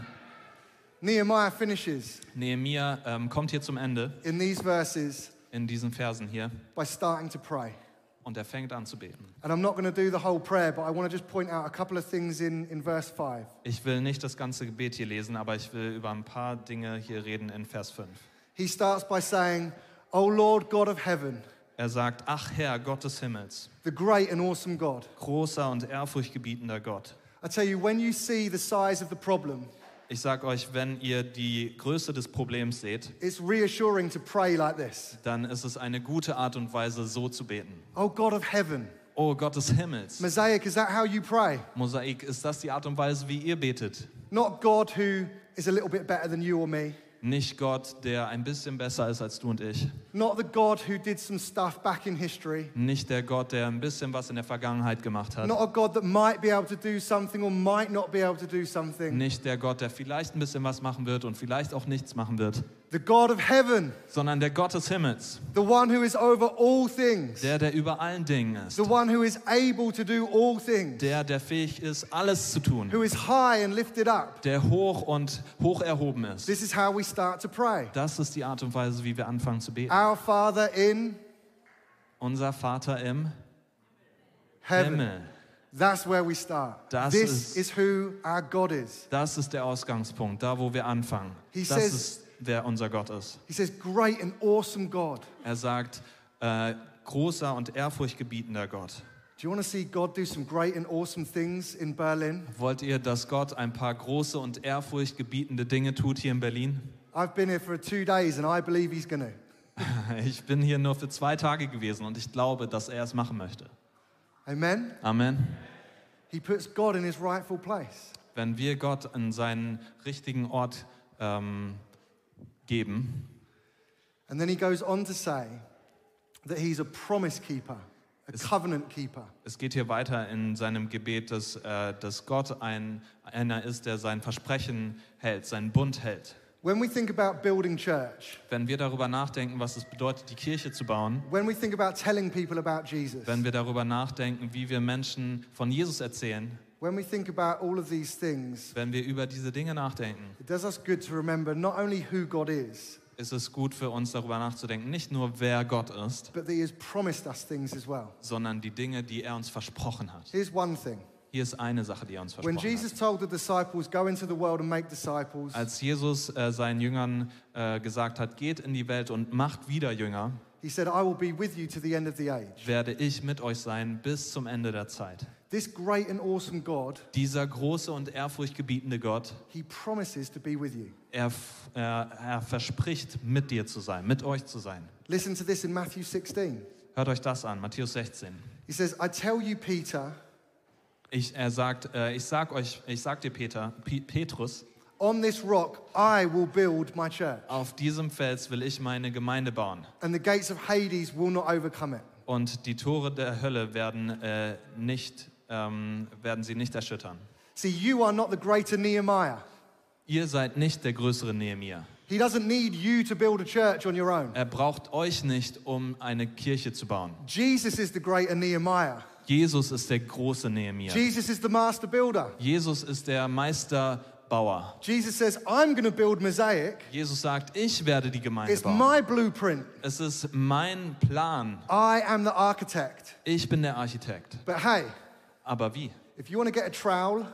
S1: Nehemiah finishes
S2: Nehemia ähm, kommt hier zum Ende
S1: in these verses
S2: in diesen Versen hier
S1: by starting to pray.
S2: und er fängt an zu beten.
S1: And I'm not going to do the whole prayer, but I want to just point out a couple of things in, in verse 5.
S2: Ich will nicht das ganze Gebet hier lesen, aber ich will über ein paar Dinge hier reden in Vers 5.
S1: He starts by saying, O Lord God of heaven,
S2: Er sagt, ach Herr, Gott des Himmels,
S1: the great and awesome God.
S2: großer und ehrfurchtgebietender Gott.
S1: I tell you, when you see the size of the problem,
S2: Ich sag euch, wenn ihr die Größe des Problems seht,
S1: it's reassuring to pray like this
S2: dann ist es eine gute Art und Weise, so zu beten.
S1: O God of heaven.
S2: Oh Gott des Himmels,
S1: Mosaic, is that how you pray?
S2: Mosaik, ist das die Art und Weise, wie ihr betet?
S1: Not God who is a little bit better than you or me.
S2: Nicht Gott, der ein bisschen besser ist als du und ich.
S1: Not the God who did some stuff back in history.
S2: Nicht der Gott, der ein bisschen was in der Vergangenheit gemacht hat.
S1: Not a God that might be able to do something or might not be able to do something.
S2: Nicht der Gott, der vielleicht ein bisschen was machen wird und vielleicht auch nichts machen wird.
S1: The God of heaven,
S2: Sondern der Gott des Himmels,
S1: the one who is over all things,
S2: der, der über allen Dingen ist.
S1: the one who is able to do all things,
S2: Der, der fähig ist, alles zu tun.
S1: who is high and lifted up.
S2: der hoch und hoch erhoben ist.
S1: This is how we start to pray.
S2: Das ist die Art und Weise, wie wir anfangen zu beten.
S1: Our Father in
S2: Unser Vater im
S1: heaven.
S2: Himmel.
S1: That's where we start.
S2: Das
S1: This
S2: ist-
S1: is who our God is.
S2: Das ist der Ausgangspunkt, da wo wir anfangen.
S1: He
S2: das
S1: says-
S2: ist, wer unser Gott ist.
S1: He says, Great and awesome God. Do
S2: Er sagt, äh, großer und ehrfurchtgebietender Gott.
S1: you want to see God do some great and awesome things in Berlin?
S2: Wollt ihr, dass Gott ein paar große und ehrfurchtgebietende Dinge tut hier in Berlin? <laughs>
S1: I've been here for two days and I believe He's going to.
S2: Ich bin hier nur für zwei Tage gewesen und ich glaube, dass er es machen möchte.
S1: Amen.
S2: Amen.
S1: He puts God in His rightful place.
S2: Wenn wir Gott an seinen richtigen Ort ähm, geben,
S1: And then he goes on to say that he's a promise keeper, a covenant keeper.
S2: Es geht hier weiter in seinem Gebet, dass, äh, dass Gott ein, einer ist, der sein Versprechen hält, seinen Bund hält.
S1: When we think about building church,
S2: Wenn wir darüber nachdenken, was es bedeutet, die Kirche zu bauen,
S1: when we think about telling people about Jesus,
S2: wenn wir darüber nachdenken, wie wir Menschen von Jesus erzählen,
S1: when we think about all of these things,
S2: wenn wir über diese Dinge nachdenken,
S1: it does us good to remember not only who God is,
S2: ist es gut für uns darüber nachzudenken, nicht nur wer Gott ist,
S1: but that he has promised us things as well.
S2: sondern die Dinge, die er uns versprochen hat.
S1: Here's one thing.
S2: Hier ist eine Sache, die er uns
S1: When
S2: versprochen hat.
S1: Jesus told the disciples, go into the world and make disciples,
S2: Als Jesus äh, seinen Jüngern äh, gesagt hat, geht in die Welt und macht wieder Jünger,
S1: he said, I will be with you to the end of the age.
S2: werde ich mit euch sein bis zum Ende der Zeit.
S1: This great and awesome God,
S2: Dieser große und ehrfurchtgebietende Gott,
S1: he promises to be with you.
S2: er, f- er, er verspricht, mit dir zu sein, mit euch zu sein.
S1: Listen to this in Matthew 16.
S2: Hört euch das an, Matthäus 16.
S1: He says, I tell you, Peter,
S2: Ich, er sagt, äh, ich sag euch, ich sag dir Peter, Pi- Petrus,
S1: On this rock I will build my church,
S2: auf diesem Fels will ich meine Gemeinde bauen
S1: and the gates of Hades will not overcome it.
S2: und die Tore der Hölle werden äh, nicht, ähm, werden sie nicht erschüttern.
S1: See, you are not the greater Nehemiah.
S2: Ihr seid nicht der größere Nehemia.
S1: He doesn't need you to build a church on your own.
S2: Er braucht euch nicht, um eine Kirche zu bauen.
S1: Jesus is the greater Nehemiah.
S2: Jesus ist der große Nehemia.
S1: Jesus is the master builder.
S2: Jesus ist der Meisterbauer.
S1: Jesus says, I'm going to build Mosaic.
S2: Jesus sagt, ich werde die Gemeinde
S1: It's
S2: bauen.
S1: my blueprint.
S2: Es ist mein Plan.
S1: I am the architect.
S2: Ich bin der Architekt.
S1: But hey,
S2: Aber wie?
S1: if you want to get a trowel,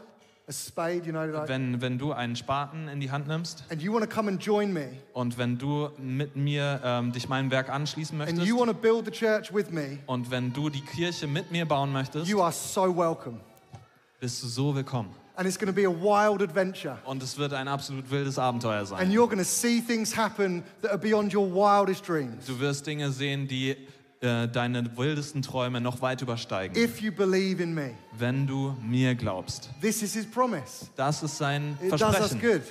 S1: a spade, you know, like,
S2: Wenn, wenn du einen Spaten in die Hand nimmst
S1: and you want to come and join me,
S2: und wenn du mit mir ähm, dich meinem Werk anschließen
S1: and
S2: möchtest
S1: you want to build the church with me,
S2: und wenn du die Kirche mit mir bauen möchtest,
S1: you are so welcome.
S2: bist du so willkommen.
S1: And it's going to be a wild adventure.
S2: Und es wird ein absolut wildes Abenteuer
S1: And
S2: sein.
S1: you're going to see things happen that are beyond your wildest dreams
S2: Du wirst Dinge sehen, die äh, deine wildesten Träume noch weit übersteigen,
S1: if you believe in me.
S2: wenn du mir glaubst.
S1: This is his promise.
S2: Das ist sein
S1: It does us
S2: Versprechen.
S1: good.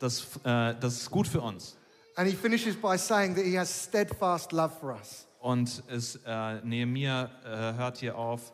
S2: Das, äh, das ist gut für uns.
S1: And he finishes by saying that he has steadfast love for us.
S2: Und es, äh, Nehemia äh, hört hier auf,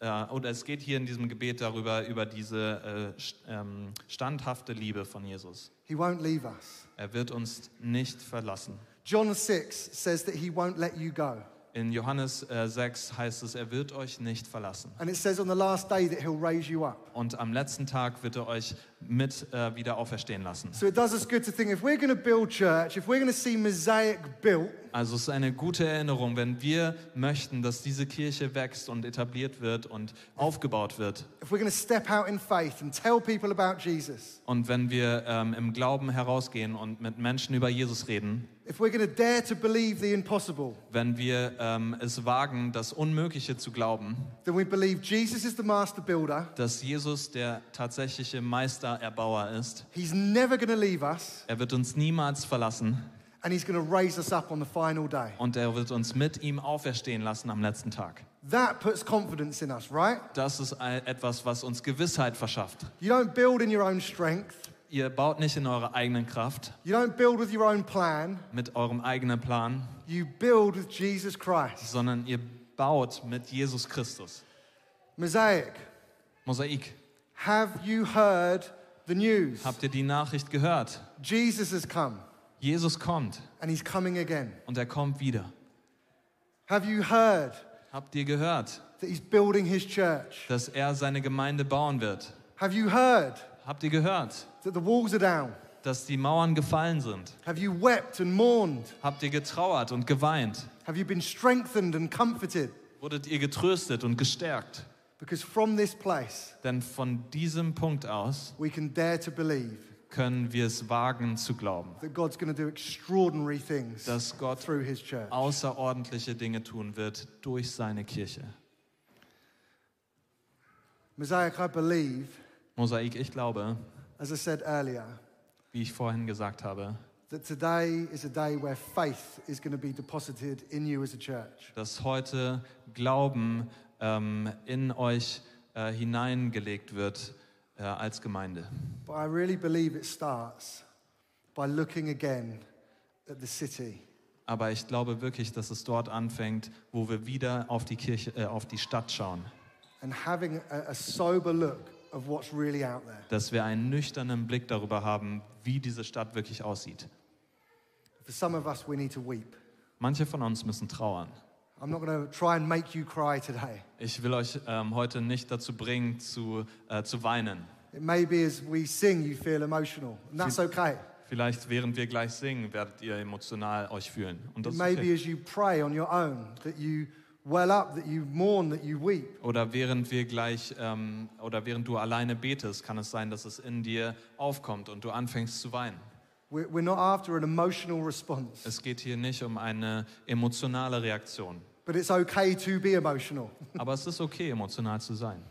S2: äh, oder es geht hier in diesem Gebet darüber, über diese äh, st ähm, standhafte Liebe von Jesus.
S1: He won't leave us.
S2: Er wird uns nicht verlassen.
S1: John 6 says that he won't let you go.
S2: In Johannes äh, 6 heißt es, er wird euch nicht verlassen.
S1: And it says on the last day that he'll raise you up.
S2: Und am letzten Tag wird er euch mit äh, wieder auferstehen lassen.
S1: So it does us good to think if we're going to build church, if we're going to see Mosaic built,
S2: Also es ist eine gute Erinnerung, wenn wir möchten, dass diese Kirche wächst und etabliert wird und aufgebaut wird.
S1: if we're going to step out in faith and tell people about Jesus,
S2: Und wenn wir ähm, im Glauben herausgehen und mit Menschen über Jesus reden,
S1: if we're going to dare to believe the impossible,
S2: wenn wir ähm, es wagen, das Unmögliche zu glauben,
S1: then we believe Jesus is the master builder.
S2: dass Jesus der tatsächliche Meistererbauer ist.
S1: He's never going to leave us,
S2: Er wird uns niemals verlassen
S1: and he's going to raise us up on the final day.
S2: und er wird uns mit ihm auferstehen lassen am letzten Tag.
S1: That puts confidence in us, right?
S2: Das ist ein- etwas, was uns Gewissheit verschafft.
S1: You don't build in your own strength.
S2: Ihr baut nicht in eurer eigenen Kraft,
S1: You don't build with your own plan.
S2: mit eurem eigenen Plan,
S1: You build with Jesus Christ.
S2: sondern ihr baut mit Jesus Christus.
S1: Mosaic,
S2: Mosaik,
S1: have you heard the news?
S2: habt ihr die Nachricht gehört?
S1: Jesus has come
S2: Jesus kommt
S1: and he's coming again.
S2: und er kommt wieder.
S1: Have you heard
S2: Habt ihr gehört,
S1: that he's building his church?
S2: dass er seine Gemeinde bauen wird?
S1: Have you heard
S2: Habt ihr gehört,
S1: that the walls are down?
S2: dass die Mauern gefallen sind?
S1: Have you wept and mourned?
S2: Habt ihr getrauert und geweint?
S1: Have you been strengthened and comforted?
S2: Wurdet ihr getröstet und gestärkt?
S1: Because from this place,
S2: Denn von diesem Punkt aus
S1: we can dare to believe
S2: können wir es wagen zu glauben,
S1: that God's going to do extraordinary things
S2: dass Gott
S1: through his church.
S2: außerordentliche Dinge tun wird durch seine Kirche.
S1: Mosaic, I believe,
S2: Mosaik, ich glaube,
S1: as I said earlier,
S2: wie ich vorhin gesagt habe,
S1: that today is a day where faith is going to be deposited in you as a church.
S2: dass heute Glauben ähm, in euch äh, hineingelegt wird äh, als Gemeinde.
S1: But I really believe it starts by looking again at the city.
S2: Aber ich glaube wirklich, dass es dort anfängt, wo wir wieder auf die Kirche, äh, auf die Stadt schauen,
S1: and having a, a sober look of what's really out there.
S2: dass wir einen nüchternen Blick darüber haben, wie diese Stadt wirklich aussieht.
S1: For some of us, we need to weep.
S2: Manche von uns müssen trauern.
S1: I'm not going to try and make you cry today.
S2: Ich will euch ähm, heute nicht dazu bringen, zu, äh, zu weinen.
S1: It may be as we sing, you feel emotional, and that's okay.
S2: Vielleicht während wir gleich singen, werdet ihr emotional euch fühlen. Und
S1: It
S2: das ist
S1: may
S2: okay.
S1: be as you pray on your own that you well up, that you mourn, that you weep.
S2: Oder während wir gleich ähm, oder während du alleine betest, kann es sein, dass es in dir aufkommt und du anfängst zu weinen.
S1: We're, we're not after an emotional response,
S2: Es geht hier nicht um eine emotionale Reaktion,
S1: but it's okay to be emotional.
S2: aber es ist okay, emotional zu sein.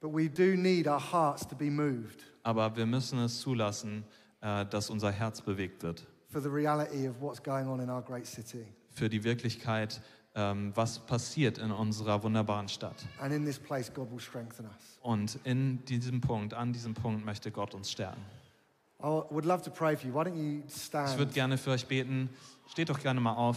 S1: But we do need our hearts to be moved
S2: Aber wir müssen es zulassen, äh, dass unser Herz bewegt wird
S1: for the reality of what's going on in our great city.
S2: für die Wirklichkeit, äh, ähm, was passiert in unserer wunderbaren Stadt.
S1: And in this place, God will strengthen us.
S2: Und in diesem Punkt, an diesem Punkt möchte Gott uns stärken.
S1: I would love to pray for you. Why don't you
S2: Ich würde
S1: stand?
S2: gerne für euch beten. Steht doch gerne mal auf.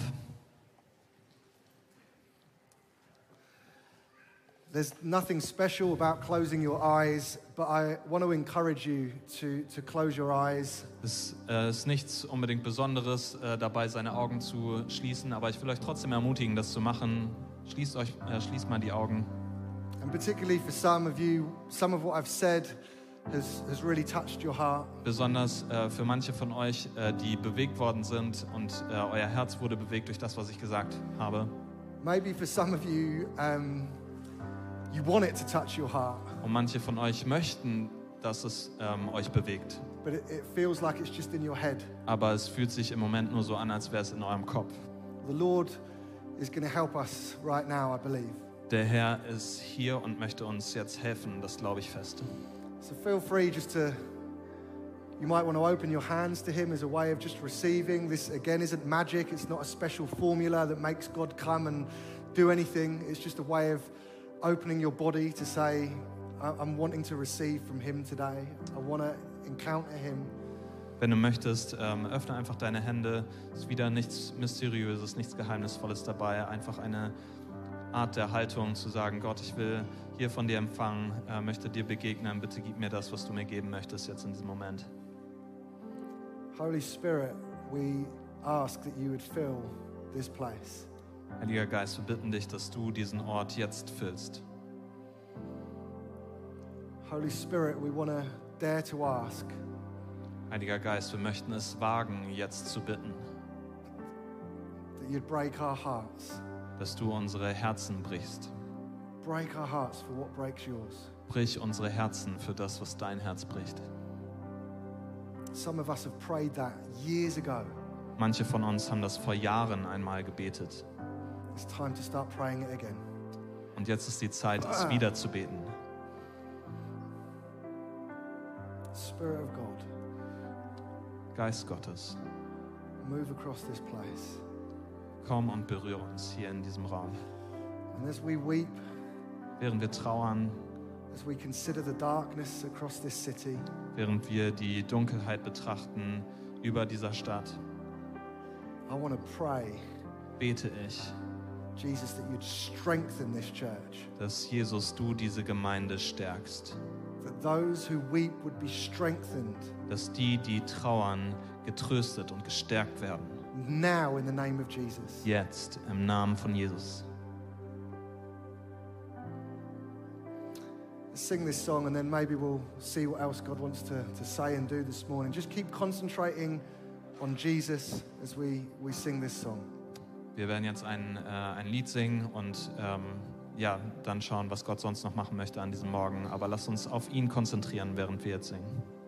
S1: There's nothing special about closing your eyes, but I want to encourage you to, to close your eyes
S2: Es äh, ist nichts unbedingt Besonderes, äh, dabei seine Augen zu schließen, aber ich will euch trotzdem ermutigen, das zu machen. Schließt, euch, äh, schließt mal die Augen.
S1: And particularly for some of you, some of what I've said has, has really touched your heart.
S2: Besonders äh, für manche von euch, äh, die bewegt worden sind und äh, euer Herz wurde bewegt durch das, was ich gesagt habe.
S1: Maybe for some of you, um, you want it to touch your heart,
S2: Und manche von euch möchten, dass es ähm, euch bewegt.
S1: but it, it feels like it's just in your head.
S2: Aber es fühlt sich im Moment nur so an, als wäre es in eurem Kopf.
S1: The Lord is going to help us right now, I believe.
S2: Der Herr ist hier und möchte uns jetzt helfen, das glaube ich fest.
S1: So feel free just to, you might want to open your hands to Him as a way of just receiving. This, again, isn't magic, it's not a special formula that makes God come and do anything. It's just a way of opening your body to say, "I- I'm wanting to receive from Him today. I want to encounter Him.
S2: Wenn du möchtest, ähm, öffne einfach deine Hände. Ist wieder nichts Mysteriöses, nichts Geheimnisvolles dabei. Einfach eine Art der Haltung zu sagen, Gott, ich will hier von dir empfangen, äh, möchte dir begegnen. Bitte gib mir das, was du mir geben möchtest jetzt in diesem Moment.
S1: Holy Spirit, we ask that you would fill this place.
S2: Heiliger Geist, wir bitten dich, dass du diesen Ort jetzt füllst.
S1: Holy Spirit, we want to dare to ask
S2: Heiliger Geist, wir möchten es wagen, jetzt zu bitten,
S1: that you'd break our hearts.
S2: dass du unsere Herzen brichst.
S1: Break our hearts for what breaks yours.
S2: Brich unsere Herzen für das, was dein Herz bricht.
S1: Some of us have prayed that years ago.
S2: Manche von uns haben das vor Jahren einmal gebetet.
S1: It's time to start praying it again.
S2: Und jetzt ist die Zeit, es wieder zu beten.
S1: Spirit of God,
S2: Geist Gottes,
S1: move across this place.
S2: komm und berühre uns hier in diesem Raum.
S1: And as we weep,
S2: Während wir trauern,
S1: as we consider the darkness across this city,
S2: während wir die Dunkelheit betrachten über dieser Stadt,
S1: I want to pray,
S2: bete ich,
S1: Jesus, that you'd strengthen this church,
S2: dass Jesus du diese Gemeinde stärkst,
S1: that those who weep would be strengthened
S2: dass die, die trauern, getröstet und gestärkt werden.
S1: now in the name of Jesus.
S2: Jetzt im Namen von Jesus.
S1: Let's sing this song and then maybe we'll see what else God wants to, to say and do this morning. Just keep concentrating on Jesus as we, we sing this song.
S2: Wir werden jetzt ein, äh, ein Lied singen und ähm, ja, dann schauen, was Gott sonst noch machen möchte an diesem Morgen. Aber lasst uns auf ihn konzentrieren, während wir jetzt singen.